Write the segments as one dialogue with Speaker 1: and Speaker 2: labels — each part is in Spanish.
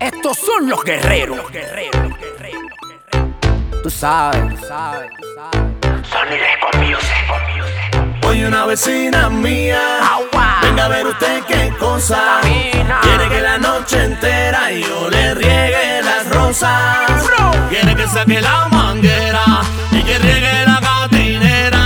Speaker 1: Estos son los guerreros. Los guerreros, los guerreros, los guerreros. Tú sabes, tú sabes, tú sabes.
Speaker 2: Sony Record Music, Music.
Speaker 3: Hoy una vecina mía.
Speaker 1: Agua.
Speaker 3: Venga a ver usted qué cosa.
Speaker 1: Camina.
Speaker 3: Quiere que la noche entera yo le riegue las rosas.
Speaker 1: Bro.
Speaker 3: Quiere que saque la manguera y que riegue la gatinera.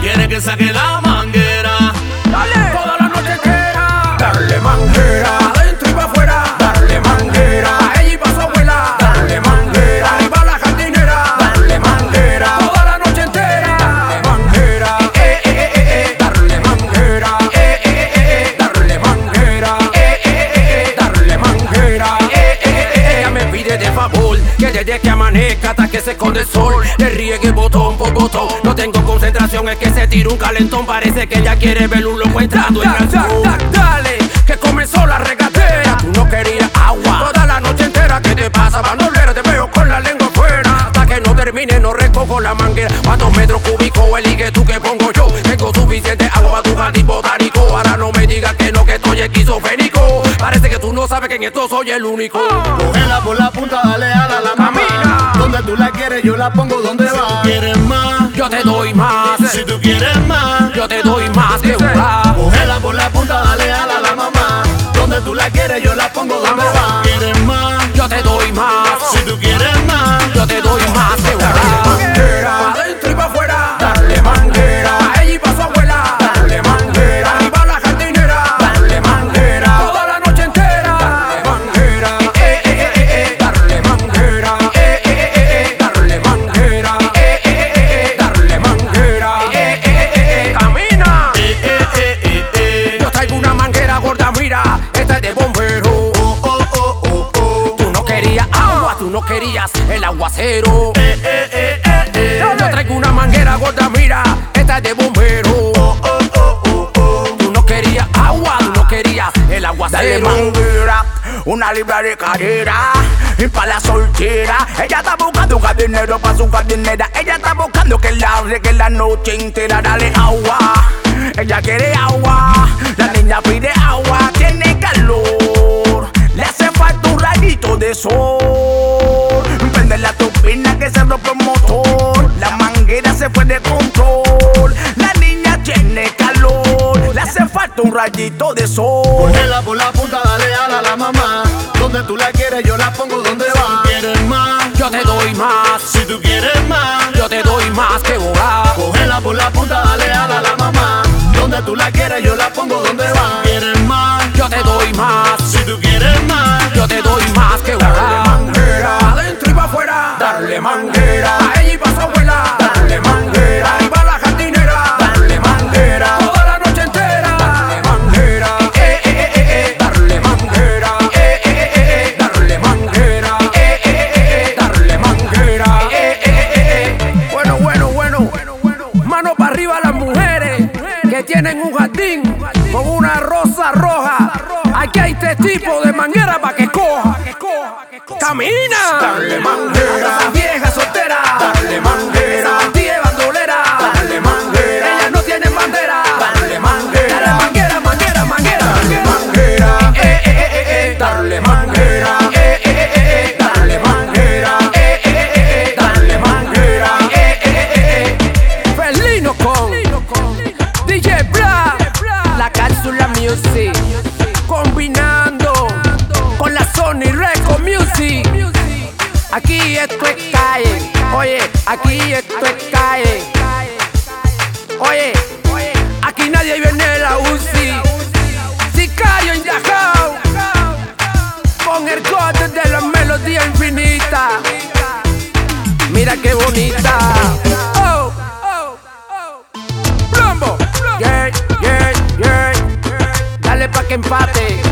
Speaker 3: Quiere que saque la manguera.
Speaker 1: Dale.
Speaker 3: Toda la noche entera. Darle manguera. Adentro y para afuera. Darle manguera. Ella y pa' su abuela. Darle manguera. Arriba la jardinera. Darle manguera. Toda la noche entera. Darle manguera. Eh, eh, eh, eh, eh. Darle manguera. Eh, eh, eh, eh, eh. Darle manguera. Eh, eh, eh, eh, eh. Darle manguera. Eh, eh, eh, eh, eh.
Speaker 1: Ella me pide de favor que desde que amanezca hasta que se esconde el sol le riegue botón por botón. No tengo concentración, es que se tira un calentón. Parece que ella quiere ver un loco entrando en
Speaker 3: Da,
Speaker 1: el
Speaker 3: da,
Speaker 1: sol.
Speaker 3: da,
Speaker 1: Dale, que comenzó la regatera. Tú no querías agua toda la noche entera. ¿Qué te pasa, bandolera? Te veo con la lengua afuera. Hasta que no termine, no recojo la manguera. Cuatro metros cúbicos, elige tú que pongo yo. Tengo suficiente agua, tu jardín botánico. Ahora no me digas que no, que estoy esquizofénico. Parece que tú no sabes que en esto soy el único.
Speaker 4: Cógela por la punta, dale ala a la
Speaker 1: Ah. Camina.
Speaker 4: mamá. Donde tú la quieres, yo la pongo donde va.
Speaker 3: Quieres más.
Speaker 1: Yo te doy más,
Speaker 3: Si tú quieres más.
Speaker 1: yo te doy más que un rap.
Speaker 4: Cógela por la punta, dale ala a la mamá. Donde tú la quieres, yo la pongo donde va.
Speaker 3: Quieres más.
Speaker 1: Yo te doy más,
Speaker 3: Si tú quieres más.
Speaker 1: yo te doy más que un rap.
Speaker 3: manguera,
Speaker 1: Adentro y pa' afuera,
Speaker 3: darle manguera, ella y pa' su abuela, darle manguera,
Speaker 1: arriba la jardinera,
Speaker 3: darle manguera,
Speaker 1: toda la noche entera.
Speaker 3: darle manguera, eh, eh, eh, eh, eh, darle manguera, eh, eh, eh, eh, eh, darle manguera, eh, eh, eh, eh, darle manguera, eh,
Speaker 1: Eh, eh, eh, eh, camina.
Speaker 3: eh, eh, eh, eh, eh,
Speaker 1: Yo traigo una manguera gorda, mira, esta es de bombero.
Speaker 3: oh, oh, oh, oh, oh,
Speaker 1: Tú no querías agua, tú no querías el aguacero.
Speaker 3: eh, eh, eh, eh, eh,
Speaker 1: Yo traigo una manguera gorda, mira, esta es de bombero.
Speaker 3: oh, oh, oh, oh, oh.
Speaker 1: Tú no querías agua, tú no querías el
Speaker 5: Dale
Speaker 1: aguacero.
Speaker 5: manguera, una libra de cadera y para la soltera. Ella está buscando un jardinero para su jardinera. Ella está buscando que la que la noche entera. Dale agua, ella quiere agua. La niña pide agua, tiene calor. Le hace falta un rayito de sol. Prende la turbina que se rompe el motor. La manguera se fue de control. La niña tiene calor. Le hace falta un rayito de sol.
Speaker 4: Cógela por la punta, dale ala a la mamá. Donde tú la quieres, yo la pongo donde va.
Speaker 3: Quieres más,
Speaker 1: Yo te doy más,
Speaker 3: si tú quieres más,
Speaker 1: yo te doy más que boba.
Speaker 4: Cógela por la punta, dale ala a la mamá. Donde tú la quieres, yo la pongo donde va.
Speaker 3: quieres más,
Speaker 1: Yo te doy más,
Speaker 3: si tú quieres más.
Speaker 1: yo te doy más que
Speaker 3: Darle
Speaker 1: boba.
Speaker 3: manguera,
Speaker 1: adentro y para afuera.
Speaker 3: Darle manguera,
Speaker 1: a ella y para su abuela.
Speaker 3: Darle manguera,
Speaker 1: arriba la jardinera.
Speaker 3: darle manguera,
Speaker 1: toda la noche entera.
Speaker 3: darle manguera, eh, eh, eh, eh, darle manguera, eh, eh, eh, eh, darle manguera, eh, eh, eh, eh, darle manguera, eh, eh, eh, eh.
Speaker 1: Bueno, bueno, bueno, mano para arriba las mujeres que tienen un jardín con una rosa roja. Aquí hay tres tipos de manguera para que coja. Camina,
Speaker 3: Dale manguera,
Speaker 1: vieja soltera,
Speaker 3: Dale manguera.
Speaker 1: Esa tía es bandolera,
Speaker 3: Dale manguera.
Speaker 1: Ella no tiene bandera,
Speaker 3: Dale manguera.
Speaker 1: Dale manguera, manguera, manguera,
Speaker 3: darle
Speaker 1: manguera.
Speaker 3: manguera,
Speaker 1: Eh, eh, eh, eh, eh.
Speaker 3: darle manguera, eh, eh, eh, eh, eh, darle manguera, eh, eh, eh, eh, eh, darle manguera, eh, eh, eh, eh, eh.
Speaker 1: Felino con DJ Bra, la cápsula music, combinando con la Sony Record Music. Aquí esto es calle, oye, aquí esto es calle. Oye, aquí nadie viene de la UCI. Sicario en Yahoo, con el corte de la melodía infinita. Mira qué bonita. Oh, oh, oh. Plombo. Yeah, yeah, yeah. Dale pa' que empate.